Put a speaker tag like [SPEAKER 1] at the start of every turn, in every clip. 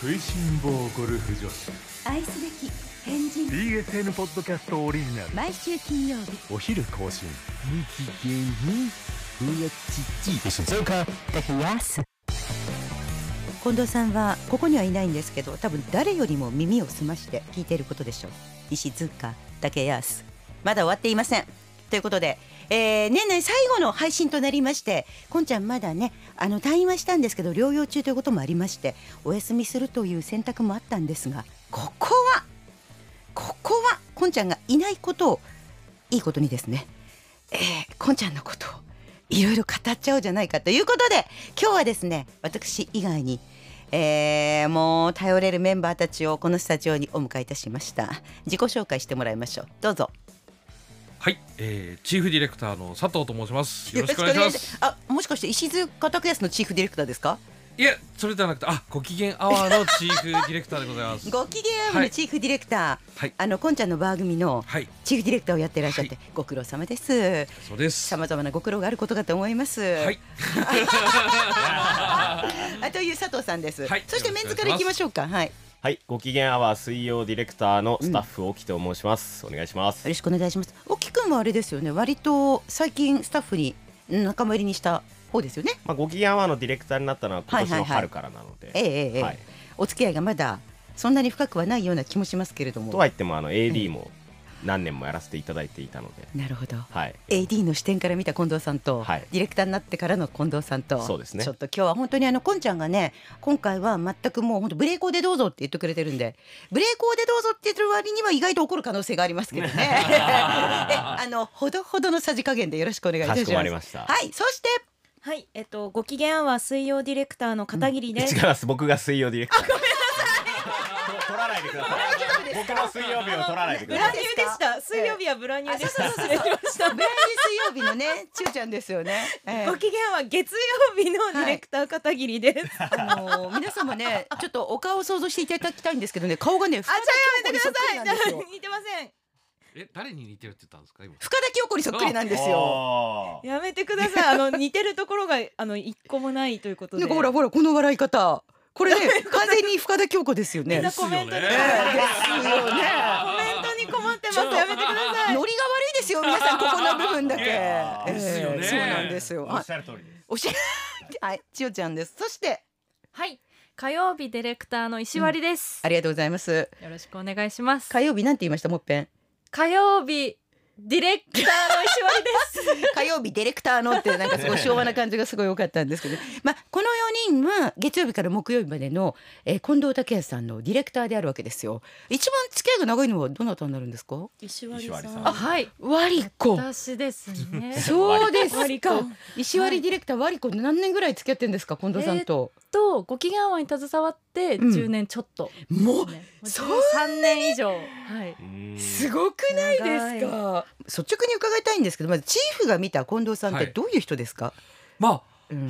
[SPEAKER 1] 食いしん坊ゴルフ女子
[SPEAKER 2] 愛すべき変人
[SPEAKER 3] BSN ポッドキャストオリジナル
[SPEAKER 2] 毎週金曜日
[SPEAKER 1] お昼更新
[SPEAKER 4] 日芸にうやちち静岡
[SPEAKER 5] 近藤さんはここにはいないんですけど多分誰よりも耳を澄まして聞いていることでしょう石塚竹安まだ終わっていませんということで、えー、年内最後の配信となりましてこんちゃんまだねあの退院はしたんですけど療養中ということもありましてお休みするという選択もあったんですがここはここはこんちゃんがいないことをいいことにですね、えー、こんちゃんのことをいろいろ語っちゃおうじゃないかということで今日はですね私以外に、えーもう頼れるメンバーたちをこのスタジオにお迎えいたしました自己紹介してもらいましょうどうぞ
[SPEAKER 6] はい、えー、チーフディレクターの佐藤と申します。よろしくお願いします。
[SPEAKER 5] あもしかして石塚拓也のチーフディレクターですか
[SPEAKER 6] いや、それではなくて、あ、ご機嫌アワーのチーフディレクターでござい ます。
[SPEAKER 5] ご機嫌アワーのチーフディレクター、
[SPEAKER 6] はい、
[SPEAKER 5] あのこんちゃんの番組の
[SPEAKER 6] はい、
[SPEAKER 5] チーフディレクターをやってらっしゃって、ご苦労様です
[SPEAKER 6] そうです。
[SPEAKER 5] さ
[SPEAKER 6] は
[SPEAKER 5] まざまなご苦労があることかと思います、
[SPEAKER 6] い、
[SPEAKER 5] あという佐藤さんです、
[SPEAKER 6] はい
[SPEAKER 5] そしてメンズからいきましょうかはいよ
[SPEAKER 7] はい、ご機嫌アワー水曜ディレクターのスタッフ、沖と申します。お願いします。
[SPEAKER 5] ろしくお願いしますおきくんはあれですよね割と最近スタッフにうん仲間入りにした方ですよね
[SPEAKER 7] まあ、ご機嫌アワーのディレクターになったのは今年の春からなので。
[SPEAKER 5] ええええええ
[SPEAKER 7] はい
[SPEAKER 5] お付き合いがまだそんなに深くはないような気もしますけれども
[SPEAKER 7] とは言っても、あの AD も何年もやらせていただいていたので。
[SPEAKER 5] なるほど
[SPEAKER 7] はい。
[SPEAKER 5] AD の視点から見た近藤さんと、
[SPEAKER 7] はい
[SPEAKER 5] ディレクターになってからの近藤さんと
[SPEAKER 7] そうですね
[SPEAKER 5] ちょっと今日は本当にあのこんちゃんがね今回は全くもう本当ブレーコーでどうぞって言ってくれてるんでブレーコーでどうぞって言ってる割には意外と怒る可能性がありますけどね えあのほどほどのさじ加減でよろしくお願いいた
[SPEAKER 7] か
[SPEAKER 5] しま
[SPEAKER 7] し
[SPEAKER 5] す
[SPEAKER 7] こまりました。
[SPEAKER 5] はいそして
[SPEAKER 8] はい、えっと、ご機嫌は水曜ディレクターの片桐で
[SPEAKER 7] 違
[SPEAKER 8] す。
[SPEAKER 7] います。僕が水曜ディレクター。と取らないでください。僕の水曜日を取らないでく
[SPEAKER 8] ブ
[SPEAKER 7] だ
[SPEAKER 8] ラ
[SPEAKER 7] さ
[SPEAKER 8] ニュー
[SPEAKER 7] い。
[SPEAKER 8] でした。水曜日はブラニューでした。失礼しまし
[SPEAKER 5] ブラ
[SPEAKER 8] た
[SPEAKER 5] ジル水曜日のねちゅうちゃんですよね、ええ
[SPEAKER 8] ご機嫌は月曜日のディレクター片桐です。
[SPEAKER 5] あの皆様ねちょっとお顔を想像していただきたいんですけどね顔がねあ
[SPEAKER 8] やめてください。似てません。
[SPEAKER 6] え、誰に似てるって言ったんですか、今。
[SPEAKER 5] 深田恭子にそっくりなんですよ。
[SPEAKER 7] おー
[SPEAKER 8] やめてください。あの、似てるところが、 あの、一個もないということで。
[SPEAKER 5] なんかほらほらこの笑い方こ れね完全に深田恭子ですよ
[SPEAKER 8] みん
[SPEAKER 5] ね
[SPEAKER 8] な。コメントに、
[SPEAKER 6] で
[SPEAKER 8] コ
[SPEAKER 6] すよ
[SPEAKER 8] メ
[SPEAKER 6] ね
[SPEAKER 5] ですよね。
[SPEAKER 8] ントに困ってます。やめてください。
[SPEAKER 5] ノリが悪いですよ皆さんここの部分だけ。
[SPEAKER 6] い
[SPEAKER 5] ええ
[SPEAKER 6] ですよね
[SPEAKER 5] そうなんですよ。
[SPEAKER 7] お
[SPEAKER 5] は
[SPEAKER 7] っ
[SPEAKER 5] い
[SPEAKER 7] しゃる通りです。
[SPEAKER 5] おしはい千代ちゃんです。そして
[SPEAKER 9] はい火曜日ディレクターの石割です、
[SPEAKER 5] ありがとうございます。
[SPEAKER 9] よろしくお願いします
[SPEAKER 5] 火曜日なんて言いましたもっぺん。
[SPEAKER 9] 火曜日ディレクターの石割です
[SPEAKER 5] 火曜日ディレクターのってなんかすごい昭和な感じがすごい良かったんです けど、まあこの4人は月曜日から木曜日までの、えー近藤武康さんのディレクターであるわけですよ。一番付き合いが長いのはどなたになるんですか？
[SPEAKER 8] 石割
[SPEAKER 7] 石割さん
[SPEAKER 9] あはい
[SPEAKER 5] ワリコ。
[SPEAKER 9] 私ですね
[SPEAKER 5] そうです
[SPEAKER 8] 割り勘
[SPEAKER 5] 石割ディレクター、ワリコ何年ぐらい付き合ってんですか近藤さんと、
[SPEAKER 9] とご機嫌王に携わって
[SPEAKER 5] うん
[SPEAKER 9] 10年ちょっと、
[SPEAKER 5] もう
[SPEAKER 9] ね
[SPEAKER 5] そん
[SPEAKER 9] 3年以上はい
[SPEAKER 5] すごくないですか率直に伺いたいんですけどまずチーフが見た近藤さんって
[SPEAKER 6] はい
[SPEAKER 5] どういう人ですか、
[SPEAKER 6] ま
[SPEAKER 5] うん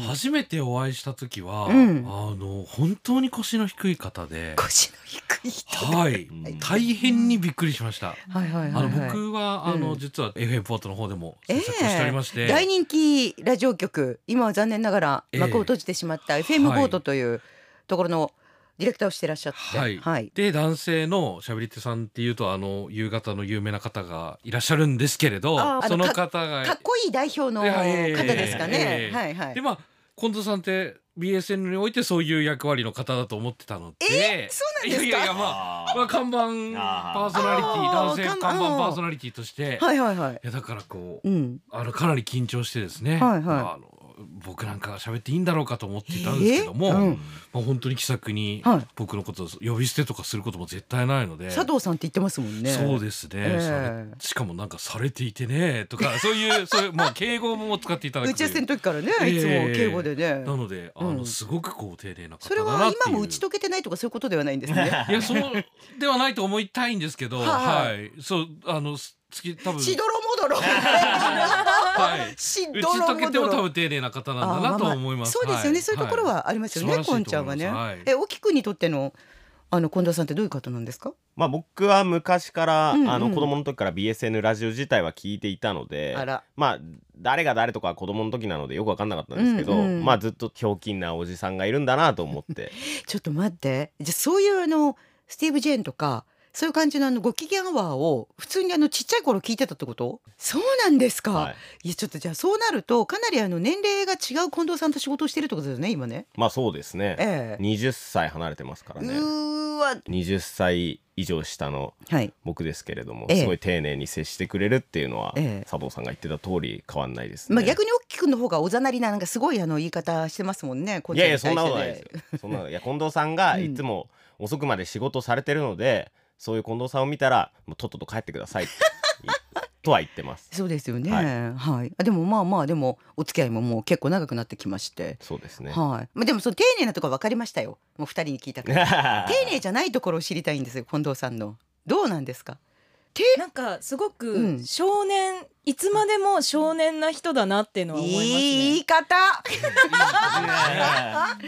[SPEAKER 6] あ、初めてお会いした時は、
[SPEAKER 5] うん
[SPEAKER 6] あの、本当に腰の低い方で。
[SPEAKER 5] 腰の低い人だ
[SPEAKER 6] はい、
[SPEAKER 7] うん
[SPEAKER 6] 大変にびっくりしました。
[SPEAKER 5] はいはい
[SPEAKER 6] あ
[SPEAKER 5] はい
[SPEAKER 6] の、
[SPEAKER 5] はい
[SPEAKER 6] 僕は、あ
[SPEAKER 5] う
[SPEAKER 6] の、
[SPEAKER 5] ん
[SPEAKER 6] 実は FM ポートの方でも
[SPEAKER 5] ええ
[SPEAKER 6] 制作しておりまして。
[SPEAKER 5] 大人気ラジオ局今は残念ながら
[SPEAKER 6] ええ
[SPEAKER 5] 幕を閉じてしまった、FM ボートというところのディレクターをしてらっしゃって
[SPEAKER 6] はいで男性のしゃべり手さんっていうとあの夕方の有名な方がいらっしゃるんですけれど
[SPEAKER 5] あー
[SPEAKER 6] その
[SPEAKER 5] あの
[SPEAKER 6] 方が
[SPEAKER 5] かっこいい代表の
[SPEAKER 6] い
[SPEAKER 5] 方
[SPEAKER 6] やいやいやいや
[SPEAKER 5] ですかね
[SPEAKER 6] ええ
[SPEAKER 5] はいはい
[SPEAKER 6] でまあ近藤さんって BSN においてそういう役割の方だと思ってたので、
[SPEAKER 5] そうなんですか
[SPEAKER 6] いやいやいやま
[SPEAKER 7] あ
[SPEAKER 6] あ、まあ、看板パーソナリティ
[SPEAKER 5] あー
[SPEAKER 6] 男性
[SPEAKER 5] 看
[SPEAKER 6] 看
[SPEAKER 5] 板
[SPEAKER 6] 板パーソナリティとして、い、
[SPEAKER 5] はいはいはい
[SPEAKER 6] やだからこう
[SPEAKER 5] うん
[SPEAKER 6] あのかなり緊張してです
[SPEAKER 5] は
[SPEAKER 6] ね、
[SPEAKER 5] いはい
[SPEAKER 6] まああの僕なんか喋っていいんだろうかと思っていたんですけども、
[SPEAKER 5] えーうん
[SPEAKER 6] まあ、本当に気さくに
[SPEAKER 5] はい
[SPEAKER 6] 僕のことを呼び捨てとかすることも絶対ないので。
[SPEAKER 5] 佐藤さんって言ってますもんね
[SPEAKER 6] そうですね、
[SPEAKER 5] ええ
[SPEAKER 6] されしかもなんか「されていてね」と かそういうそういう、まあ、敬語も使っていただく
[SPEAKER 5] 打
[SPEAKER 6] と
[SPEAKER 5] ち
[SPEAKER 6] い
[SPEAKER 5] 合
[SPEAKER 6] う
[SPEAKER 5] わせの時からね、
[SPEAKER 6] ええ
[SPEAKER 5] いつも敬語でね。
[SPEAKER 6] なので、あ
[SPEAKER 5] う
[SPEAKER 6] の、
[SPEAKER 5] ん
[SPEAKER 6] すごくこう丁寧な方
[SPEAKER 5] それ
[SPEAKER 6] だなっ
[SPEAKER 5] は
[SPEAKER 6] ていう。
[SPEAKER 5] 今も打ち解けてないとかそういうことではないんですね。
[SPEAKER 6] いや、そう、ではないと思いたいんですけど、
[SPEAKER 5] は
[SPEAKER 6] はいい、そう、あの、す月、多分。
[SPEAKER 5] しどろも どろ。
[SPEAKER 6] はい。
[SPEAKER 5] し
[SPEAKER 6] 打
[SPEAKER 5] ど
[SPEAKER 6] ち
[SPEAKER 5] ろ
[SPEAKER 6] 解け
[SPEAKER 5] も
[SPEAKER 6] て
[SPEAKER 5] ど
[SPEAKER 6] も多
[SPEAKER 5] ろ。
[SPEAKER 6] 分丁寧な方な
[SPEAKER 5] あ
[SPEAKER 6] んだなと思います。
[SPEAKER 5] そうですよね、
[SPEAKER 6] は
[SPEAKER 5] そういうところはありますよね、
[SPEAKER 6] はい
[SPEAKER 5] こんちゃんはね。
[SPEAKER 6] 素晴らしいと思いますは
[SPEAKER 5] え、
[SPEAKER 6] い
[SPEAKER 5] おきくんにとっての、あの近藤さんってどういう方なんですか
[SPEAKER 7] まあ僕は昔から、
[SPEAKER 5] うんうん
[SPEAKER 7] あの子供の時から BSN ラジオ自体は聞いていたので
[SPEAKER 5] あら
[SPEAKER 7] まあ誰が誰とかは子供の時なのでよく分かんなかったんですけど、
[SPEAKER 5] うんうん
[SPEAKER 7] まあずっとひょうきんなおじさんがいるんだなと思って
[SPEAKER 5] ちょっと待ってじゃあそういうあのスティーブ・ジェーンとかそういう感じのあのご機嫌アワーを普通にあのちっちゃい頃聞いてたってことそうなんですか、
[SPEAKER 7] はい
[SPEAKER 5] い、やちょっとじゃあそうなるとかなりあの年齢が違う近藤さんと仕事をしてるってことですよね今ね
[SPEAKER 7] まあそうですね
[SPEAKER 5] ええ
[SPEAKER 7] 20歳離れてますから
[SPEAKER 5] う
[SPEAKER 7] ね
[SPEAKER 5] ーわ
[SPEAKER 7] 20歳以上下の
[SPEAKER 5] はい
[SPEAKER 7] 僕ですけれども、
[SPEAKER 5] ええ
[SPEAKER 7] すごい丁寧に接してくれるっていうのは、
[SPEAKER 5] ええ
[SPEAKER 7] 佐藤さんが言ってた通り変わんないですね、
[SPEAKER 5] まあ逆に大きくの方がおざなりななんかすごいあの言い方してますもんね。こ
[SPEAKER 7] い
[SPEAKER 5] ちら
[SPEAKER 7] やい
[SPEAKER 5] に
[SPEAKER 7] やそんなことない
[SPEAKER 5] 対
[SPEAKER 7] で
[SPEAKER 5] し
[SPEAKER 7] す
[SPEAKER 5] て
[SPEAKER 7] よ
[SPEAKER 5] ね。
[SPEAKER 7] そんないや近藤さん が
[SPEAKER 5] うん
[SPEAKER 7] いつも遅くまで仕事されてるので、そういう近藤さんを見たらもうとっとと帰ってくださいいとは言ってます。
[SPEAKER 5] そうですよね。
[SPEAKER 7] は
[SPEAKER 5] はい、あでもまあまあでもお付き合いももう結構長くなってきまして。
[SPEAKER 7] そうですね。
[SPEAKER 5] はい。まあでもその丁寧なところ分かりましたよ。もう二人に聞いたから。 丁寧
[SPEAKER 7] 丁
[SPEAKER 5] じゃないところを知りたいんですよ近藤さんの。どうなんですか。
[SPEAKER 9] なんかすご
[SPEAKER 5] う
[SPEAKER 9] く
[SPEAKER 5] ん
[SPEAKER 9] 少年、いつまでも少年な人だなっていうのは思いますね。
[SPEAKER 5] いい言い方。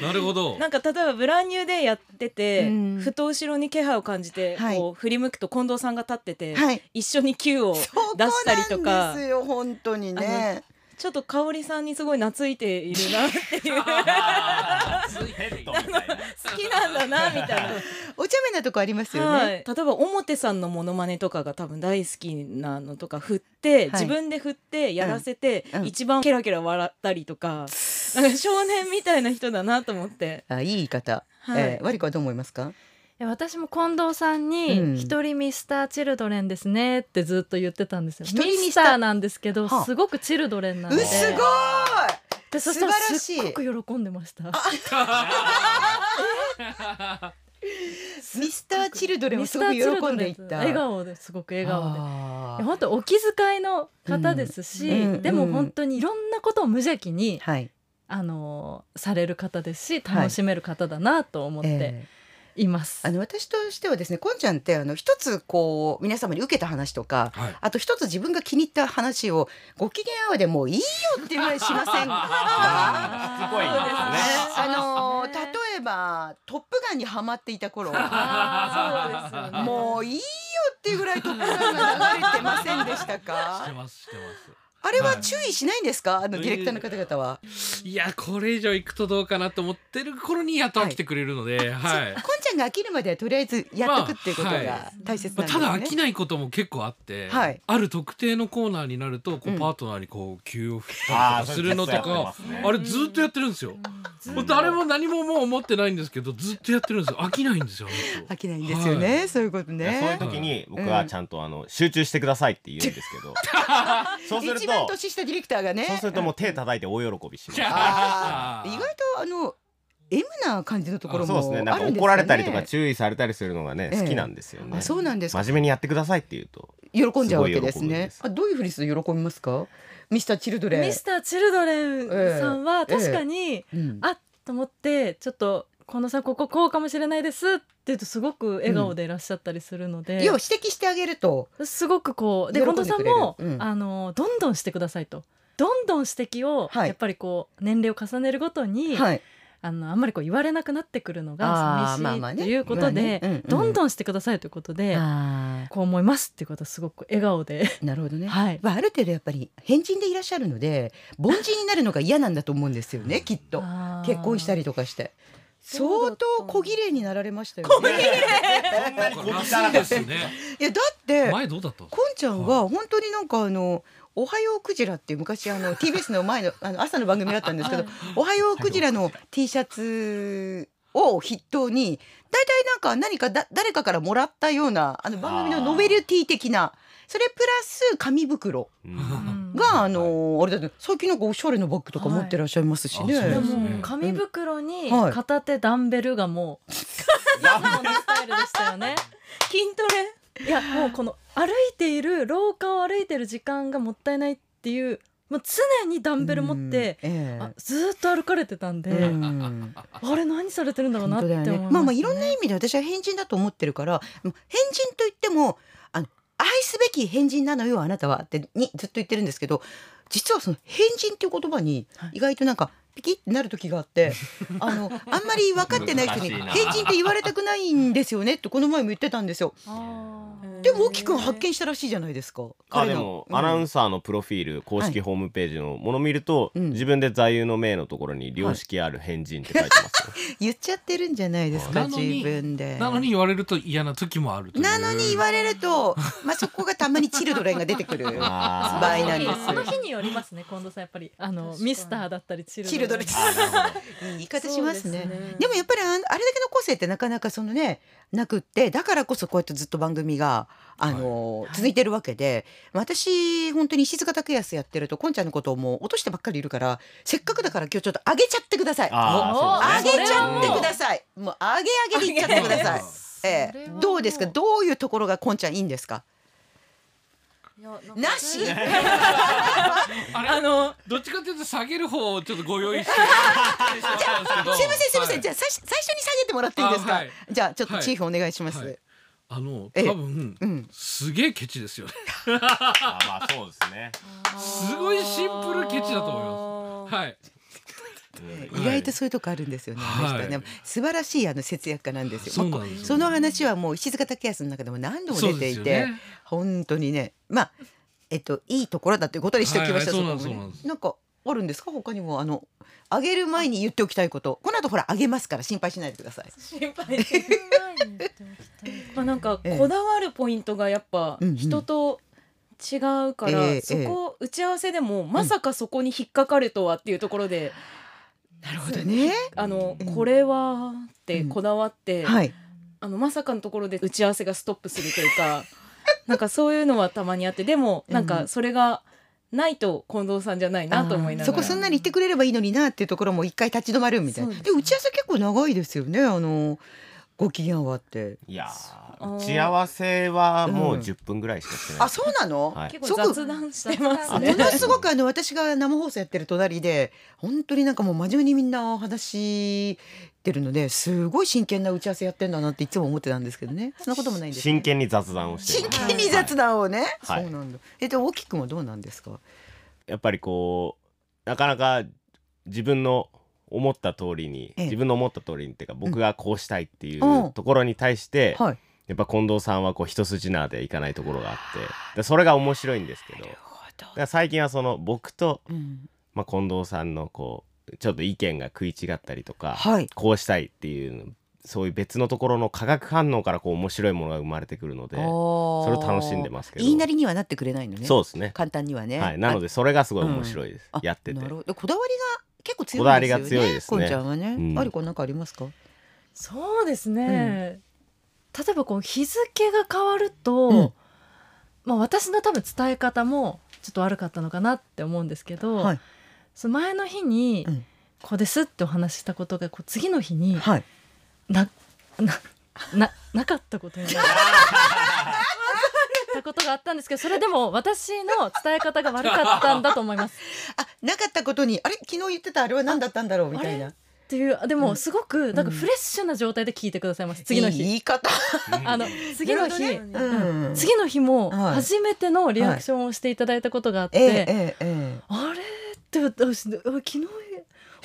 [SPEAKER 6] なるほど
[SPEAKER 9] なんか例えば「ブランニューデイ」やってて、
[SPEAKER 5] うん
[SPEAKER 9] ふと後ろに気配を感じて、
[SPEAKER 5] はい
[SPEAKER 9] こう振り向くと近藤さんが立ってて、
[SPEAKER 5] はい。
[SPEAKER 9] 一緒に Q を
[SPEAKER 5] そこ
[SPEAKER 9] 出したりと
[SPEAKER 5] な
[SPEAKER 9] か
[SPEAKER 5] んですよ本当にね。
[SPEAKER 9] ちょっと香織さんにすごい懐いているなっていう好 きなんだなみたいな、
[SPEAKER 5] お茶目なとこありますよね。
[SPEAKER 9] はい、例えば表さんのモノマネとかが多分大好きなのとか振って、
[SPEAKER 5] い
[SPEAKER 9] 自分で振ってやらせて、
[SPEAKER 5] うんうん
[SPEAKER 9] 一番ケラケラ笑ったりと かなんか少年みたいな人だなと思って。
[SPEAKER 5] あいい言い方。
[SPEAKER 9] はい
[SPEAKER 5] えー、ワリコはどう思いますか。
[SPEAKER 10] いや私も近藤さんに「
[SPEAKER 5] うん
[SPEAKER 10] 一人ミスターチルドレンですね」ってずっと言ってたんですよ。
[SPEAKER 5] 一人
[SPEAKER 10] ミ
[SPEAKER 5] ミス
[SPEAKER 10] ス
[SPEAKER 5] タ
[SPEAKER 10] タ
[SPEAKER 5] ー
[SPEAKER 10] ーなんですけど
[SPEAKER 5] はあ
[SPEAKER 10] すごくチルドレンな
[SPEAKER 5] うん
[SPEAKER 10] で
[SPEAKER 5] すごい。
[SPEAKER 10] でそしたら
[SPEAKER 5] 素晴らし
[SPEAKER 10] す
[SPEAKER 5] い
[SPEAKER 10] っごく喜んでました。
[SPEAKER 5] ミスターチルドレンを
[SPEAKER 10] ミ
[SPEAKER 5] す
[SPEAKER 10] ス
[SPEAKER 5] ご
[SPEAKER 10] タ
[SPEAKER 5] く
[SPEAKER 10] ーチル
[SPEAKER 5] 喜
[SPEAKER 10] ド
[SPEAKER 5] ん
[SPEAKER 10] レ
[SPEAKER 5] で
[SPEAKER 10] ン
[SPEAKER 5] い
[SPEAKER 10] す
[SPEAKER 5] った
[SPEAKER 10] 笑顔ですごく笑顔で。い
[SPEAKER 5] あー
[SPEAKER 10] や本当お気遣いの方ですし、
[SPEAKER 5] うんうん
[SPEAKER 10] で
[SPEAKER 5] う
[SPEAKER 10] も
[SPEAKER 5] ん
[SPEAKER 10] 本当にいろんなことを無邪気に、
[SPEAKER 5] はい、
[SPEAKER 10] あのーされる方ですし
[SPEAKER 5] はい
[SPEAKER 10] 楽しめる方だなと思って
[SPEAKER 5] え
[SPEAKER 10] います。
[SPEAKER 5] ーあの私としてはですねこんちゃんってあの一つこう皆様に受けた話とか
[SPEAKER 6] はい
[SPEAKER 5] あと一つ自分が気に入った話をご機嫌あわでもういいよっていうぐらいしませんか
[SPEAKER 7] すごいですね。
[SPEAKER 5] あのー例えば「トップガン」にハマっていた頃
[SPEAKER 9] あーそうですよね
[SPEAKER 5] もういいよっていうぐらい「トップガン」が流れてませんでした
[SPEAKER 6] して
[SPEAKER 5] か
[SPEAKER 6] ますしてます
[SPEAKER 5] あれは注意しないんですかあのディレクターの方々は。
[SPEAKER 6] いやこれ以上行くとどうかなと思ってる頃にやっと飽きてくれるので、はい
[SPEAKER 5] そうこんちゃんが飽きるまではとりあえずやっとくっていうこと
[SPEAKER 6] まあは
[SPEAKER 5] が大切
[SPEAKER 6] ま
[SPEAKER 5] なんです
[SPEAKER 6] あ、た
[SPEAKER 5] ね。
[SPEAKER 6] だ飽きないことも結構あって、
[SPEAKER 5] はい
[SPEAKER 6] ある特定のコーナーになるとこ
[SPEAKER 5] うん
[SPEAKER 6] うパートナーにこう急を振った
[SPEAKER 7] あ
[SPEAKER 6] りと
[SPEAKER 7] ー
[SPEAKER 6] かするのと
[SPEAKER 7] そうで
[SPEAKER 6] か、
[SPEAKER 7] すね
[SPEAKER 6] あれずっとやってるんですよ。もう誰も何ももう思ってないんですけどずっとやってるんですよ飽きないんですよ。本当
[SPEAKER 5] 飽きないんですよね、そういうこと
[SPEAKER 7] いやそういう
[SPEAKER 5] ね。
[SPEAKER 7] 時に僕はちゃんとあの集中してくださいって言うんです けど、そうする
[SPEAKER 5] 一番
[SPEAKER 7] と
[SPEAKER 5] 年下ディレクターがね。
[SPEAKER 7] そうするともう手叩いて大喜びします。
[SPEAKER 5] あ ー意外とあの M な感じのところも
[SPEAKER 7] そう
[SPEAKER 5] あるん
[SPEAKER 7] ですね。
[SPEAKER 5] ですかね。
[SPEAKER 7] なんか怒られたりとか注意されたりするのがね
[SPEAKER 5] ええ
[SPEAKER 7] 好きなんですよね
[SPEAKER 5] あ。そうなんですか。
[SPEAKER 7] 真面目にやってくださいって言うと
[SPEAKER 5] 喜んじゃうわけです
[SPEAKER 7] すごい喜ぶん
[SPEAKER 5] ね
[SPEAKER 7] で。す
[SPEAKER 5] あどういうふうにすると喜びますか？ミスターチルドレン。
[SPEAKER 10] ミスターチルドレンさん
[SPEAKER 5] ええ
[SPEAKER 10] は確かに、
[SPEAKER 5] うん
[SPEAKER 10] あっと思ってちょっとこのさんこここうかもしれないですって言うとすごく笑顔でいらっしゃったりするので、
[SPEAKER 5] 要は指摘してあげると。
[SPEAKER 10] すごくこうで
[SPEAKER 5] 喜ん
[SPEAKER 10] 近
[SPEAKER 5] で
[SPEAKER 10] 藤さ
[SPEAKER 5] く
[SPEAKER 10] ん
[SPEAKER 5] れる
[SPEAKER 10] も、
[SPEAKER 5] うん
[SPEAKER 10] あのどんどんしてくださいとどんどん指摘を、
[SPEAKER 5] はい
[SPEAKER 10] やっぱりこう年齢を重ねるごとに、
[SPEAKER 5] はい。
[SPEAKER 10] あのあんまりこう言われなくなってくるの
[SPEAKER 5] あー
[SPEAKER 10] が寂しい
[SPEAKER 5] まあまあね
[SPEAKER 10] というこ
[SPEAKER 5] まあ
[SPEAKER 10] とで、
[SPEAKER 5] ねうんうん
[SPEAKER 10] どんどんしてくださいということで、
[SPEAKER 5] あ
[SPEAKER 10] こう思いますっていうことはすごく笑顔で、
[SPEAKER 5] あなるほどね。
[SPEAKER 10] はい
[SPEAKER 5] まあある程度やっぱり変人でいらっしゃるので凡人になるのが嫌なんだと思うんですよねきっと。 結婚した
[SPEAKER 10] り
[SPEAKER 5] りとかして相
[SPEAKER 10] そうだった
[SPEAKER 5] 当小綺麗になられましたよね。
[SPEAKER 7] そんなにこ
[SPEAKER 6] ら
[SPEAKER 7] ぎたら
[SPEAKER 6] しいですね。
[SPEAKER 5] いやだって
[SPEAKER 6] 前どうだったんです
[SPEAKER 5] こんちゃんは本当になんかあの「おはようクジラ」っていう昔あの TBS の前のあの朝の番組だったんですけど「おはようクジラ」の T シャツを筆頭に大体なんか何かだ誰かからもらったようなあの番組のノベルティ的なそれプラス紙袋
[SPEAKER 7] うん
[SPEAKER 5] があのあれだって最近なんかおしゃれなバッグとか持ってらっしゃいますしね。
[SPEAKER 6] はいあそう
[SPEAKER 10] で
[SPEAKER 6] ですね
[SPEAKER 10] も紙袋に
[SPEAKER 5] はい
[SPEAKER 10] 片手ダンベルがもう、いつものスタイルでしたよね。
[SPEAKER 9] 筋トレ
[SPEAKER 10] いやもうこの歩いている廊下を歩いている時間がもったいないっていうもう常にダンベル持って、
[SPEAKER 5] うん、ええ
[SPEAKER 10] あずーっと歩かれてたんで、
[SPEAKER 5] うん
[SPEAKER 10] あれ何されてるんだろうな
[SPEAKER 5] 本
[SPEAKER 10] って
[SPEAKER 5] 当だ
[SPEAKER 10] 思い
[SPEAKER 5] よ
[SPEAKER 10] ま
[SPEAKER 5] ね
[SPEAKER 10] す、ね。
[SPEAKER 5] まあまあいろんな意味で私は変人だと思ってるから変人といってもあの愛すべき変人なのよあなたはってにずっと言ってるんですけど実はその変人っていう言葉に
[SPEAKER 10] はい
[SPEAKER 5] 意外となんかピキってなる時があってあのあんまり分かってない人に
[SPEAKER 7] 難しいな
[SPEAKER 5] 変人って言われたくないんですよねってこの前も言ってたんですよでも大木くん発見したらしいじゃないですか
[SPEAKER 7] あ
[SPEAKER 5] 彼
[SPEAKER 7] で
[SPEAKER 5] の
[SPEAKER 7] も、アナウ
[SPEAKER 5] ン
[SPEAKER 7] ンサーのプロフィール公
[SPEAKER 5] はい
[SPEAKER 7] 式ホームページのもの見ると、
[SPEAKER 5] うん
[SPEAKER 7] 自分で座右の銘のところに「良識ある変人」って書いてますよ、
[SPEAKER 5] 言っちゃってるんじゃないですか
[SPEAKER 6] なの
[SPEAKER 5] 自
[SPEAKER 6] に
[SPEAKER 5] 分で
[SPEAKER 6] なのに言われると嫌な時もあるという
[SPEAKER 5] なのに言われるとまあそこがたまにチルドレンが出てくる 場合
[SPEAKER 7] あ
[SPEAKER 5] なんで
[SPEAKER 10] あの
[SPEAKER 5] す
[SPEAKER 10] 日によりますね近藤さんやっぱりあの
[SPEAKER 8] 確かに
[SPEAKER 10] ミスターだったりチル
[SPEAKER 5] チルドレン
[SPEAKER 7] ーなるほ
[SPEAKER 5] い
[SPEAKER 7] ど
[SPEAKER 5] い言い方しますね
[SPEAKER 10] そうですね
[SPEAKER 5] でもやっぱりああれだけの個性ってなかなかそのねなくってだからこそこうやってずっと番組があの、続いてるわけで、私本当に石塚拓也やってるとこんちゃんのことをもう落としてばっかりいるからせっかくだから今日ちょっと上げちゃってください
[SPEAKER 7] あー
[SPEAKER 5] 上
[SPEAKER 7] そうね
[SPEAKER 5] げちゃってくださいもう上げ上げでいっちゃってください
[SPEAKER 7] 上げ、
[SPEAKER 5] ええ、どうですかどういうところがこんちゃんいいんですかなし
[SPEAKER 6] あれどっちかというと下げる方をちょっとご用意して
[SPEAKER 5] すいませんすいません、じゃ
[SPEAKER 6] ゃ
[SPEAKER 5] あ最初最初に下げてもらっていいですか、
[SPEAKER 6] あはい
[SPEAKER 5] じゃあちょっとチーフお願いします、
[SPEAKER 6] はいあの
[SPEAKER 5] ええ
[SPEAKER 6] 多分、
[SPEAKER 5] うん
[SPEAKER 6] すげえケチですよね
[SPEAKER 7] あまあそうですね、
[SPEAKER 6] すごいシンプルケチだと思いますはい
[SPEAKER 5] 意外とそういうとこあるんですよね、
[SPEAKER 6] はい
[SPEAKER 5] あの人ね素晴らしいあの節約家なんですよ
[SPEAKER 6] そうなんですよ
[SPEAKER 5] その話はもう石塚武康の中でも何度も出てい
[SPEAKER 6] そう
[SPEAKER 5] て、
[SPEAKER 6] ですよね
[SPEAKER 5] 本当にねまあえっといいところだということにしておきました、
[SPEAKER 6] はいはい
[SPEAKER 5] そこもね
[SPEAKER 6] そうなんですそうなんで
[SPEAKER 5] なんかあるんですか他にもあの上げる前に言っておきたいことこの後ほら上げますから心配しないでください
[SPEAKER 10] 心配
[SPEAKER 9] まあなんか
[SPEAKER 5] ええ
[SPEAKER 9] こだわるポイントがやっぱ
[SPEAKER 5] うんうん
[SPEAKER 9] 人と違うから、
[SPEAKER 5] ええ
[SPEAKER 9] そこ打ち合わせでもまさかそこに引っかかるとはっていうところで、
[SPEAKER 5] なるほどね
[SPEAKER 9] あの
[SPEAKER 5] うん
[SPEAKER 9] これはってこだわって、
[SPEAKER 5] はい
[SPEAKER 9] あのまさかのところで打ち合わせがストップするというか なんかそういうのはたまにあってでもなんかそれがないと近藤さんじゃないなと思いながら
[SPEAKER 5] そこそんなに言ってくれればいいのになっていうところも一回立ち止まるみたいなで,、打ち合わせ結構長いですよねあのご機嫌はって
[SPEAKER 7] いやー打ち合わせはもう
[SPEAKER 5] うん
[SPEAKER 7] 10分ぐらいしかしてない、
[SPEAKER 5] あそうなの、
[SPEAKER 7] はい
[SPEAKER 9] 結構雑談してます
[SPEAKER 5] も
[SPEAKER 9] ね。
[SPEAKER 5] のすごくあの私が生放送やってる隣で本当になんかもう真面目にみんなお話ししてるのですごい真剣な打ち合わせやってんだなっていつも思ってたんですけどねそんなこともないんですね
[SPEAKER 7] 真剣に雑談をして
[SPEAKER 5] 真
[SPEAKER 7] る
[SPEAKER 5] 剣に雑談をね、
[SPEAKER 7] はい
[SPEAKER 5] そうなんだえで大きくんはどうなんですか
[SPEAKER 7] やっぱりこうなかなか自分の思った通りに、
[SPEAKER 5] ええ
[SPEAKER 7] 自分の思った通りにっていうか僕がこうしたいっていう
[SPEAKER 5] おう
[SPEAKER 7] ところに対して、
[SPEAKER 5] はい
[SPEAKER 7] やっぱ近藤さんはこう一筋縄でいかないところがあってでそれが面白いんですけどだから最近はその僕と、
[SPEAKER 5] うん
[SPEAKER 7] まあ、近藤さんのこうちょっと意見が食い違ったりとか、
[SPEAKER 5] はい
[SPEAKER 7] こうしたいっていうそういう別のところの化学反応からこう面白いものが生まれてくるのでそ
[SPEAKER 5] そ
[SPEAKER 7] れを楽しんでますけど
[SPEAKER 5] 言いなりにはなってくれないのね
[SPEAKER 7] そうですね
[SPEAKER 5] 簡単にはね
[SPEAKER 7] はい、なの
[SPEAKER 5] で
[SPEAKER 7] でそれがすごい面白いです、
[SPEAKER 5] あ
[SPEAKER 7] やってて
[SPEAKER 5] なるほどこだわりが結構強いんですよね
[SPEAKER 7] こだわりが強いですね
[SPEAKER 5] こんちゃんはね、
[SPEAKER 7] うん
[SPEAKER 5] ありこなんかありますか
[SPEAKER 10] そうですね、例えばこう日付が変わると、
[SPEAKER 5] うん
[SPEAKER 10] まあ、私の多分伝え方もちょっと悪かったのかなって思うんですけど、
[SPEAKER 5] はい
[SPEAKER 10] その前の日に、
[SPEAKER 5] うん
[SPEAKER 10] こうですってお話ししたことがこう次の日に
[SPEAKER 5] はい
[SPEAKER 10] ななななかったこ とになるったことがあったんですけどそれでも私の伝え方が悪かったんだと思います。
[SPEAKER 5] あなかったことにあれ昨日言ってたあれは何だったんだろうみたいな
[SPEAKER 10] っていうでもすごくなん
[SPEAKER 5] う
[SPEAKER 10] か
[SPEAKER 5] ん
[SPEAKER 10] フレッシュな状態で聞いてくださいます次の
[SPEAKER 5] いい
[SPEAKER 10] 日。
[SPEAKER 5] 言い方
[SPEAKER 10] あの次の日、
[SPEAKER 5] うん
[SPEAKER 10] 次の日も
[SPEAKER 5] はい
[SPEAKER 10] 初めてのリアクションをしていただいたことがあって、
[SPEAKER 5] えええええ
[SPEAKER 10] あれって私あ昨日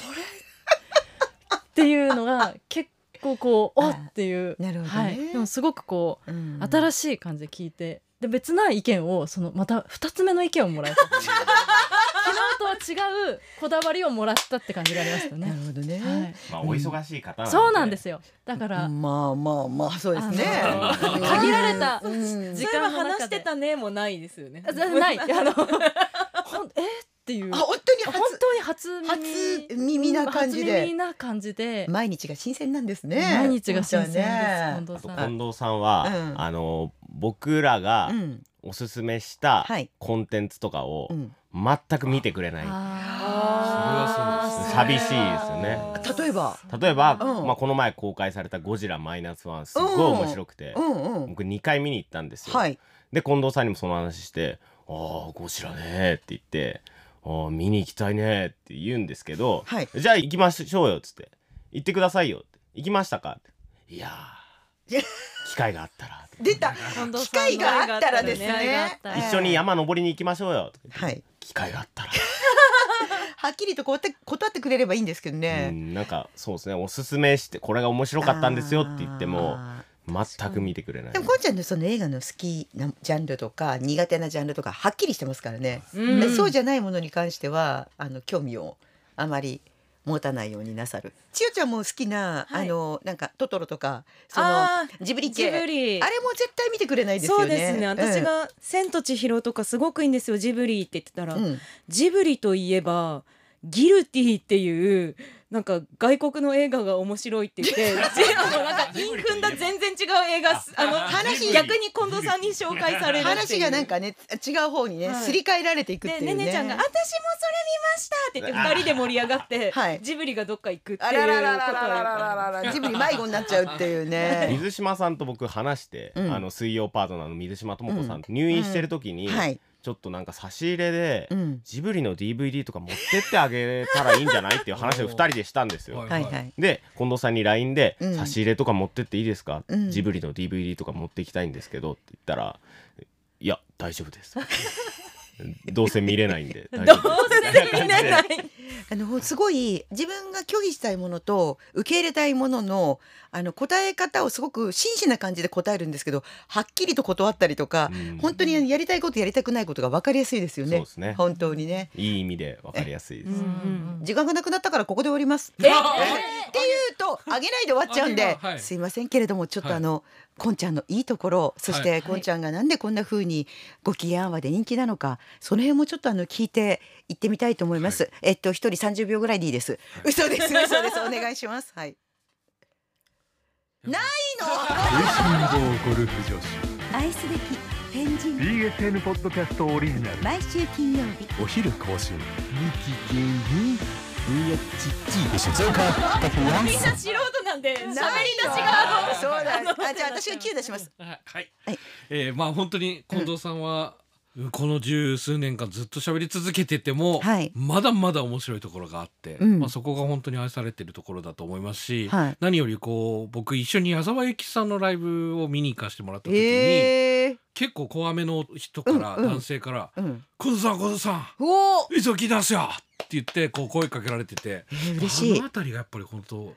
[SPEAKER 10] あれっていうのが結構こう
[SPEAKER 5] あ
[SPEAKER 10] おっていう
[SPEAKER 5] なるほどね
[SPEAKER 10] はい、でもすごくこ
[SPEAKER 5] え、
[SPEAKER 10] う、
[SPEAKER 5] 新
[SPEAKER 10] 新しい感じで聞いてで別な意見をそのまた二つ目の意見をもらえた 昨日とは違うこだわりをもらったって感じがありました
[SPEAKER 5] なる
[SPEAKER 10] ね。
[SPEAKER 5] ほどね、
[SPEAKER 10] はい
[SPEAKER 7] まあお忙しい方
[SPEAKER 10] そうなんですすよだから、
[SPEAKER 5] まあまあまあそうですね
[SPEAKER 7] あの
[SPEAKER 5] うん
[SPEAKER 10] 限られた
[SPEAKER 5] うん
[SPEAKER 9] それは話してたねもないですよね。
[SPEAKER 10] あじゃないあのほんえっていう
[SPEAKER 5] あ本当に初
[SPEAKER 10] 本当に初耳
[SPEAKER 5] 初耳な感じで
[SPEAKER 10] 初耳な感じで、
[SPEAKER 5] 毎日が新鮮なんですね
[SPEAKER 10] 毎日が新鮮です、
[SPEAKER 5] ね
[SPEAKER 10] 近藤
[SPEAKER 7] あと
[SPEAKER 10] さん
[SPEAKER 7] 近藤さんは、
[SPEAKER 5] うん
[SPEAKER 7] あの僕らが
[SPEAKER 5] うん
[SPEAKER 7] おすすめした
[SPEAKER 5] はい
[SPEAKER 7] コンテンツとかを
[SPEAKER 5] うん
[SPEAKER 7] 全く見てくれない、
[SPEAKER 10] あー
[SPEAKER 7] それはそうです寂しい
[SPEAKER 5] ですよね例えば
[SPEAKER 7] 例えば、
[SPEAKER 5] うん
[SPEAKER 7] まあ、この前公開された「ゴジラマイナスワンすごい面白くて、
[SPEAKER 5] うんうん
[SPEAKER 7] 僕2回見に行ったんですよ、
[SPEAKER 5] はい
[SPEAKER 7] で近藤さんにもその話して「ああゴジラね」って言って「ああ見に行きたいね」って言うんですけど「
[SPEAKER 5] はい
[SPEAKER 7] じゃあ行きましょうよ」っつって「行ってくださいよ」って「行きましたか?」って「いや
[SPEAKER 5] いや
[SPEAKER 7] ー機会があったら」
[SPEAKER 5] 出た
[SPEAKER 9] 近藤
[SPEAKER 5] 機
[SPEAKER 9] さんの
[SPEAKER 5] 会があったらです
[SPEAKER 10] 機会があ
[SPEAKER 5] ね
[SPEAKER 10] ったら
[SPEAKER 7] 一緒に山登りに行きましょうよ」とか言って
[SPEAKER 5] はい
[SPEAKER 7] 機会があったら
[SPEAKER 5] はっきりと断って断ってくれればいいんですけど
[SPEAKER 7] う
[SPEAKER 5] ね。
[SPEAKER 7] んなんかそうですねおすすめしてこれが面白かったんですよって言っても
[SPEAKER 5] あ
[SPEAKER 7] 全く見てくれな
[SPEAKER 5] ー
[SPEAKER 7] い
[SPEAKER 5] でもこんちゃんのその映画の好きなジャンルとか苦手なジャンルとかはっきりしてますからね。
[SPEAKER 10] うん
[SPEAKER 5] そうじゃないものに関してはあの興味をあまり持たないようになさる。千代ちゃんも好きな、
[SPEAKER 10] はい
[SPEAKER 5] あのなんかトトロとかその
[SPEAKER 10] あー
[SPEAKER 5] ジブリ系
[SPEAKER 10] ジブリ
[SPEAKER 5] あれも絶対見てくれないですよね。
[SPEAKER 10] そうですね私が「千と千尋」とかすごくいいんですよジブリって言ってたら、
[SPEAKER 5] うん、うん
[SPEAKER 10] ジブリといえばギルティっていうなんか外国の映画が面白いって言ってじあのなんかインフンだ全然違う映画すあの
[SPEAKER 5] 話
[SPEAKER 10] 逆に近藤さんに紹介されるって
[SPEAKER 5] 話
[SPEAKER 10] いう
[SPEAKER 5] がなんかね違う方にね、
[SPEAKER 10] はい
[SPEAKER 5] すり替えられていくってい
[SPEAKER 10] で
[SPEAKER 5] うね。
[SPEAKER 10] ねねちゃんが「私もそれ見ました!」って言って二人で盛り上がって、
[SPEAKER 5] はい
[SPEAKER 10] ジブリがどっか行くってい
[SPEAKER 5] あ
[SPEAKER 10] うこと
[SPEAKER 5] らら
[SPEAKER 10] だ
[SPEAKER 5] ららららら
[SPEAKER 10] から
[SPEAKER 5] ららジブリ迷子になっちゃうっていうね。
[SPEAKER 7] 水島さんと僕話して、
[SPEAKER 5] うん
[SPEAKER 7] あの水曜パートナーの水島智子さん、入院してる時に、
[SPEAKER 5] はい。
[SPEAKER 7] ちょっとなんか差し入れで、
[SPEAKER 5] うん。
[SPEAKER 7] ジブリの DVD とか持ってってあげたらいいんじゃないっていう話を2人でしたんですよ。
[SPEAKER 5] はいはい。
[SPEAKER 7] で近藤さんに LINE で
[SPEAKER 5] うん
[SPEAKER 7] 「差し入れとか持ってっていいですか
[SPEAKER 5] うん
[SPEAKER 7] ジブリの DVD とか持ってきたいんですけど」って言ったら「いや大丈 夫です」どうせ見れないんで大丈夫です」どうせ見れない
[SPEAKER 5] あのすごい自分が拒否したいものと受け入れたいもののあの答え方をすごく真摯な感じで答えるんですけど、はっきりと断ったりとか、本当にやりたいことやりたくないことが分かりやすいですよ
[SPEAKER 7] そう
[SPEAKER 5] ね
[SPEAKER 7] で。すね
[SPEAKER 5] 本当にね。
[SPEAKER 7] いい意味で分かりやすいです
[SPEAKER 10] うんうん
[SPEAKER 5] 時間がなくな ったからここで終わります。
[SPEAKER 6] え
[SPEAKER 5] っていうとあげないで終わっちゃうんで
[SPEAKER 6] あげ、ないはい
[SPEAKER 5] すいませんけれどもちょっと
[SPEAKER 6] はい
[SPEAKER 5] あの、こんちゃんのいいところそして、こんちゃんがなんでこんな風にご機嫌あんわで人気なのかその辺もちょっとあの聞いていってみたいと思います、えっと一人30秒ぐらいでいいです、嘘です嘘ですお願いしますはいないの
[SPEAKER 11] 食いしん坊ゴルフ女子
[SPEAKER 12] 愛すべき変人
[SPEAKER 13] BSN ポッドキャストオリジナル
[SPEAKER 12] 毎週金曜日
[SPEAKER 11] お昼更新
[SPEAKER 1] 日芸にブヤチッチ
[SPEAKER 10] みんな素人なんで喋り出しが
[SPEAKER 5] がそうなんですあじゃあ私が9出します
[SPEAKER 6] はい
[SPEAKER 5] はい。
[SPEAKER 6] えーまあ本当に近藤さんは、この十数年間ずっと喋り続けてても、
[SPEAKER 5] はい
[SPEAKER 6] まだまだ面白いところがあって、
[SPEAKER 5] うん
[SPEAKER 6] まあ、そこが本当に愛されてるところだと思いますし、
[SPEAKER 5] はい
[SPEAKER 6] 何よりこう僕一緒に矢沢永吉さんのライブを見に行かせてもらった時に、
[SPEAKER 5] ええ
[SPEAKER 6] 結構怖めの人から、
[SPEAKER 5] うんうん
[SPEAKER 6] 男性から
[SPEAKER 5] ー、うん
[SPEAKER 6] 「近藤さん近藤さん
[SPEAKER 5] おお
[SPEAKER 6] いつも聞いてますよ!」って言ってこう声かけられてて、
[SPEAKER 5] 嬉し
[SPEAKER 6] あ
[SPEAKER 5] い
[SPEAKER 6] の辺りがやっぱり本当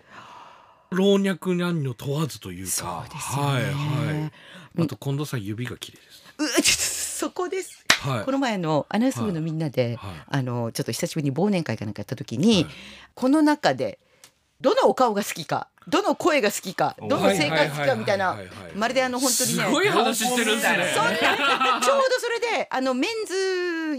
[SPEAKER 6] 老若男女問わずというか
[SPEAKER 5] そうですよね
[SPEAKER 6] はいは
[SPEAKER 5] うん
[SPEAKER 6] いあと近藤さん指が綺麗です
[SPEAKER 5] うちょっとそこです
[SPEAKER 6] はい
[SPEAKER 5] この前のアナウンス部のみんなで、
[SPEAKER 6] はいはい
[SPEAKER 5] あのちょっと久しぶりに忘年会かなんかやった時に、
[SPEAKER 6] はい
[SPEAKER 5] この中でどのお顔が好きかどの声が好きかどの生活かみたいな
[SPEAKER 6] はいはいはいはいはい
[SPEAKER 5] まるであの本当にね
[SPEAKER 6] すごい話してるんですね
[SPEAKER 5] そんなちょうどそれであのメンズ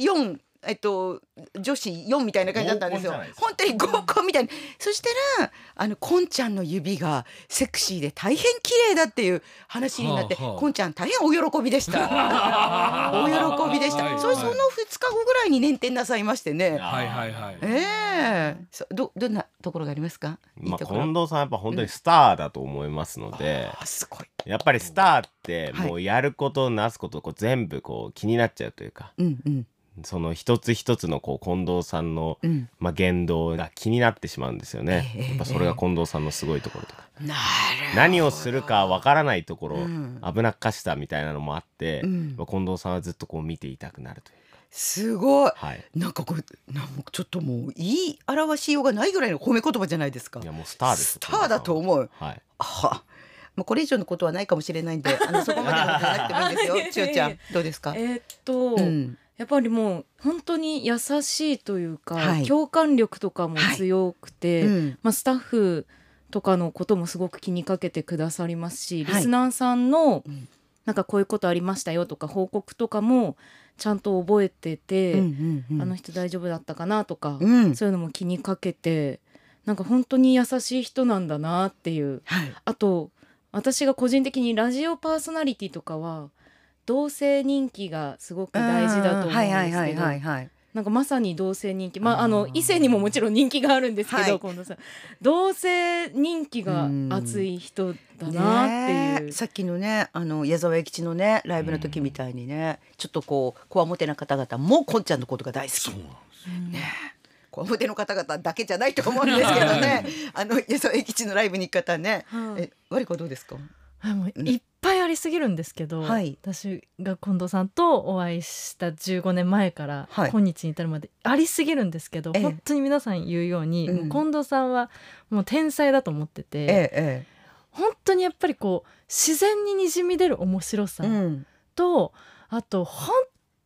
[SPEAKER 5] 4えっと、女子4みたいな感じだったんですよ
[SPEAKER 7] 合コンじゃないですか
[SPEAKER 5] 本当に合コンみたいなそしたらあのこんちゃんの指がセクシーで大変綺麗だっていう話になって、
[SPEAKER 6] はあはあ
[SPEAKER 5] こんちゃん大変お喜びで した。大喜びでし
[SPEAKER 6] はい
[SPEAKER 5] た。
[SPEAKER 6] はい
[SPEAKER 5] それその2日後ぐらいに捻転なさいましてね。
[SPEAKER 6] はいはいはい
[SPEAKER 5] ええそどどんなところがありますか？いい
[SPEAKER 7] まあ、
[SPEAKER 5] ところ。
[SPEAKER 7] 近藤さんはやっぱ本当にスターだと思いますので、
[SPEAKER 5] あすごい。
[SPEAKER 7] やっぱりスターって
[SPEAKER 5] はい
[SPEAKER 7] もうやることなすことこう全部こう気になっちゃうというか
[SPEAKER 5] うんうん
[SPEAKER 7] その一つ一つのこう近藤さんの
[SPEAKER 5] うん。
[SPEAKER 7] まあ言動が気になってしまうんですよね。
[SPEAKER 5] ええ
[SPEAKER 7] やっぱそれが近藤さんのすごいところとか
[SPEAKER 5] な
[SPEAKER 7] 何をするかわからないところ
[SPEAKER 5] うん
[SPEAKER 7] 危なっかしさみたいなのもあって、
[SPEAKER 5] うん
[SPEAKER 7] まあ近藤さんはずっとこう見ていたくなるという
[SPEAKER 5] すごい。
[SPEAKER 7] か、はい、
[SPEAKER 5] なんかこうなんかちょっともう言い表しようがないぐらいの褒め言葉じゃないですか
[SPEAKER 7] いや。もうスターです
[SPEAKER 5] スターだと
[SPEAKER 7] う、
[SPEAKER 5] 思う。
[SPEAKER 7] はい、
[SPEAKER 5] あは。まあこれ以上のことはないかもしれないんで、あ のそこまでは言わなくてもいいですよ。千代ちゃんどうですか？
[SPEAKER 10] えーっ
[SPEAKER 5] う
[SPEAKER 10] と、
[SPEAKER 5] ん。
[SPEAKER 10] やっぱりもう本当に優しいというか、
[SPEAKER 5] はい
[SPEAKER 10] 共感力とかも強くて、
[SPEAKER 5] うん。
[SPEAKER 10] まあ、スタッフとかのこともすごく気にかけてくださりますし、
[SPEAKER 5] はい
[SPEAKER 10] リスナーさんの
[SPEAKER 5] うん
[SPEAKER 10] なんかこういうことありましたよとか報告とかもちゃんと覚えてて、
[SPEAKER 5] うんうんうん
[SPEAKER 10] あの人大丈夫だったかなとか、
[SPEAKER 5] うん。
[SPEAKER 10] そういうのも気にかけてなんか本当に優しい人なんだなっていう
[SPEAKER 5] はい。
[SPEAKER 10] あと私が個人的にラジオパーソナリティとかは同性人気がすごく大事だと思うん
[SPEAKER 5] はいは
[SPEAKER 10] で
[SPEAKER 5] い
[SPEAKER 10] す
[SPEAKER 5] は
[SPEAKER 10] け
[SPEAKER 5] い
[SPEAKER 10] ど
[SPEAKER 5] はいはい。
[SPEAKER 10] なんかまさに同性人気まああの異性にももちろん人気があるんですけど、
[SPEAKER 5] はい
[SPEAKER 10] 近藤さん同性人気が熱い人だなってい
[SPEAKER 5] ねえ
[SPEAKER 10] う。
[SPEAKER 5] さっきのねあの矢沢永吉のねライブの時みたいにね、ちょっとこうこわもてな方々もこんちゃんのことが大好き
[SPEAKER 6] そうなん
[SPEAKER 5] こわもての方々だけじゃないと思うんですけどねあの矢沢永吉のライブに行く方ね、
[SPEAKER 10] はい
[SPEAKER 5] えわりかどうですか
[SPEAKER 14] あもう
[SPEAKER 5] ね
[SPEAKER 14] 一
[SPEAKER 10] ぱいありすぎるんですけど、
[SPEAKER 5] はい
[SPEAKER 10] 私が近藤さんとお会いした15年前から
[SPEAKER 5] はい
[SPEAKER 10] 今日に至るまでありすぎるんですけど、
[SPEAKER 5] ええ
[SPEAKER 10] 本当に皆さん言うように、
[SPEAKER 5] うん
[SPEAKER 10] 近藤さんはもう天才だと思ってて、
[SPEAKER 5] ええ
[SPEAKER 10] 本当にやっぱりこう自然ににじみ出る面白さ
[SPEAKER 5] ええうん
[SPEAKER 10] と、あと本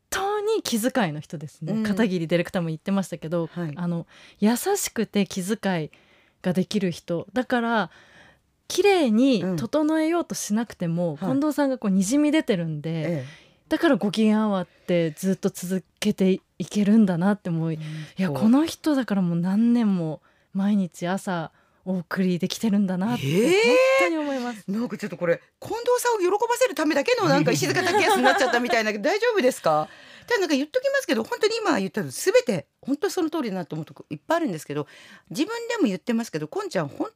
[SPEAKER 10] 当に気遣いの人ですね、
[SPEAKER 5] うん
[SPEAKER 10] 片桐ディレクターも言ってましたけど、
[SPEAKER 5] はい
[SPEAKER 10] あの優しくて気遣いができる人だから綺麗に
[SPEAKER 5] うん
[SPEAKER 10] 整えようとしなくて
[SPEAKER 5] は
[SPEAKER 10] も、
[SPEAKER 5] い
[SPEAKER 10] 近藤さんがこうにじみ出てるんで、
[SPEAKER 5] え
[SPEAKER 10] だからご機嫌アワーってずっと続けていけるんだなってもういやこの人だからもう何年も毎日朝お送りできてるんだなって
[SPEAKER 5] ええ
[SPEAKER 10] 本当に思います。
[SPEAKER 5] えなんかちょっとこれ近藤さんを喜ばせるためだけのなんか石塚武康になっちゃったみたいなけど大丈夫ですかただなんか言っときますけど本当に今言ったの全て本当にその通りだなと思うとこいっぱいあるんですけど自分でも言ってますけどこんちゃん本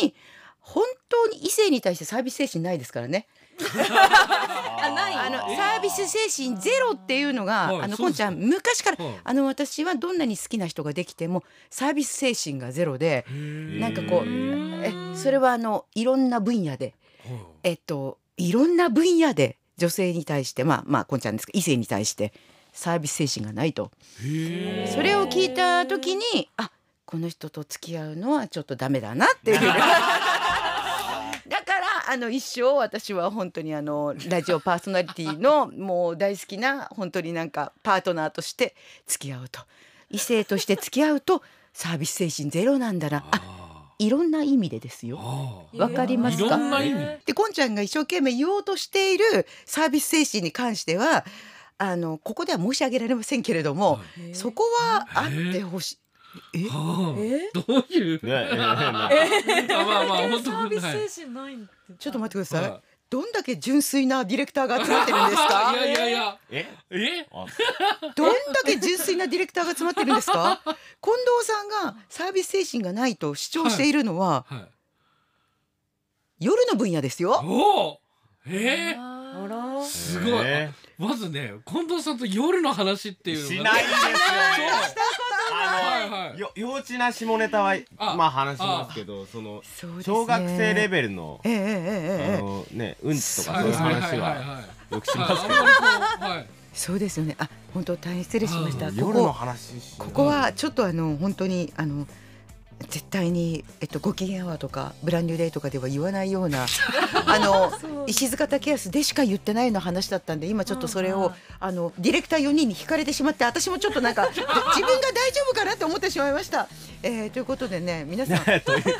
[SPEAKER 5] 当に本当に異性に対してサービス精神ないですからね。
[SPEAKER 7] あない
[SPEAKER 5] あのサービス精神ゼロっていうのが
[SPEAKER 6] はい
[SPEAKER 5] あの
[SPEAKER 6] そう
[SPEAKER 5] こん
[SPEAKER 6] です
[SPEAKER 5] ちゃん昔から
[SPEAKER 6] はい
[SPEAKER 5] あの私はどんなに好きな人ができてもサービス精神がゼロでなんかこうえそれはあのいろんな分野でえっといろんな分野で女性に対してまあまあこんちゃんですけど異性に対してサービス精神がないとそれを聞いた時にあこの人と付き合うのはちょっとダメだなっていう。だからあの一生私は本当にあのラジオパーソナリティのもう大好きな本当になんかパートナーとして付き合うと異性として付き合うとサービス精神ゼロなんだなあいろんな意味でですよ。わかりますか
[SPEAKER 6] いろんな意味
[SPEAKER 5] でこんちゃんが一生懸命言おうとしているサービス精神に関してはあのここでは申し上げられませんけれども、そこはあってほしい。
[SPEAKER 6] はあどういう
[SPEAKER 7] ねええなんか
[SPEAKER 6] あ まあまあ本当
[SPEAKER 10] サービ
[SPEAKER 6] は
[SPEAKER 10] ス
[SPEAKER 6] い
[SPEAKER 10] 精神ないんだって
[SPEAKER 5] ちょっと待ってください。
[SPEAKER 6] はい
[SPEAKER 5] どんだけ純粋なディレクターが集まってるんですか
[SPEAKER 6] いやいやいや
[SPEAKER 7] え
[SPEAKER 6] え
[SPEAKER 7] あ
[SPEAKER 5] どんだけ純粋なディレクターが集まってるんですか近藤さんがサービス精神がないと主張しているのは
[SPEAKER 6] はい
[SPEAKER 5] 夜の分野ですよ
[SPEAKER 6] おおえー
[SPEAKER 10] あら
[SPEAKER 6] すごい
[SPEAKER 7] ね
[SPEAKER 6] まずね近藤さんと夜の話っていう
[SPEAKER 7] し
[SPEAKER 6] のが
[SPEAKER 7] ない
[SPEAKER 6] ね
[SPEAKER 7] ですよ
[SPEAKER 6] はい
[SPEAKER 7] あ
[SPEAKER 6] は
[SPEAKER 7] の
[SPEAKER 6] い
[SPEAKER 7] よ幼稚な下ネタは
[SPEAKER 6] あ
[SPEAKER 7] まあ話しますけどその
[SPEAKER 5] そうですね
[SPEAKER 7] 小学生レ
[SPEAKER 5] ベ
[SPEAKER 7] ベルの
[SPEAKER 5] えええ
[SPEAKER 7] あ
[SPEAKER 5] えええ
[SPEAKER 7] のねうんちとか
[SPEAKER 6] は
[SPEAKER 7] そう
[SPEAKER 6] い
[SPEAKER 7] いう
[SPEAKER 6] はい
[SPEAKER 7] 話
[SPEAKER 6] はい
[SPEAKER 7] は
[SPEAKER 6] はい
[SPEAKER 7] よくし
[SPEAKER 6] あ
[SPEAKER 7] ま
[SPEAKER 6] ん
[SPEAKER 7] す
[SPEAKER 6] ま
[SPEAKER 7] け
[SPEAKER 6] り
[SPEAKER 7] ど
[SPEAKER 6] こうはい
[SPEAKER 5] そうですよねあ本当大変失礼しましたこ
[SPEAKER 7] 夜の
[SPEAKER 5] こ
[SPEAKER 7] 話し
[SPEAKER 5] ここはちょっとあの本当にあの絶対に、えっと、ご機嫌アワーとかブランニューデイとかでは言わないよう なあの石塚武康でしか言ってないような話だったんで今ちょっとそれをあのディレクター4人に惹かれてしまって私もちょっとなんか自分が大丈夫かなって思ってしまいました。えーということでね皆さん
[SPEAKER 7] ということで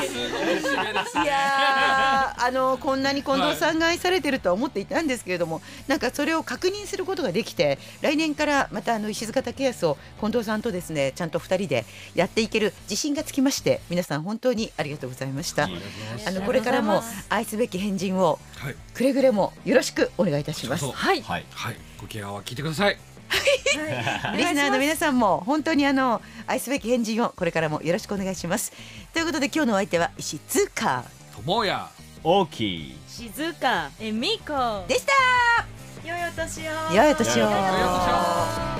[SPEAKER 5] いやーあのこんなに近藤さんが愛されてるとは思っていたんですけれども、なんかそれを確認することができて来年からまたあの石塚武康を近藤さんとですねちゃんと2人でやっていける自信がつきまして皆さん本当にありがとうございましたあのこれからも愛すべき変人を
[SPEAKER 6] はい
[SPEAKER 5] くれぐれもよろしくお願いいたします
[SPEAKER 6] そう
[SPEAKER 10] はい
[SPEAKER 7] はい
[SPEAKER 6] はいご機嫌は聞いてください
[SPEAKER 5] リスナーの皆さんも本当にあの愛すべき変人をこれからもよろしくお願いしますということで今日のお相手は石塚
[SPEAKER 6] ともや
[SPEAKER 7] 大きい
[SPEAKER 9] 静かえみこ
[SPEAKER 5] でした
[SPEAKER 9] 良いお年を
[SPEAKER 5] 良いお年を
[SPEAKER 7] 良いお年を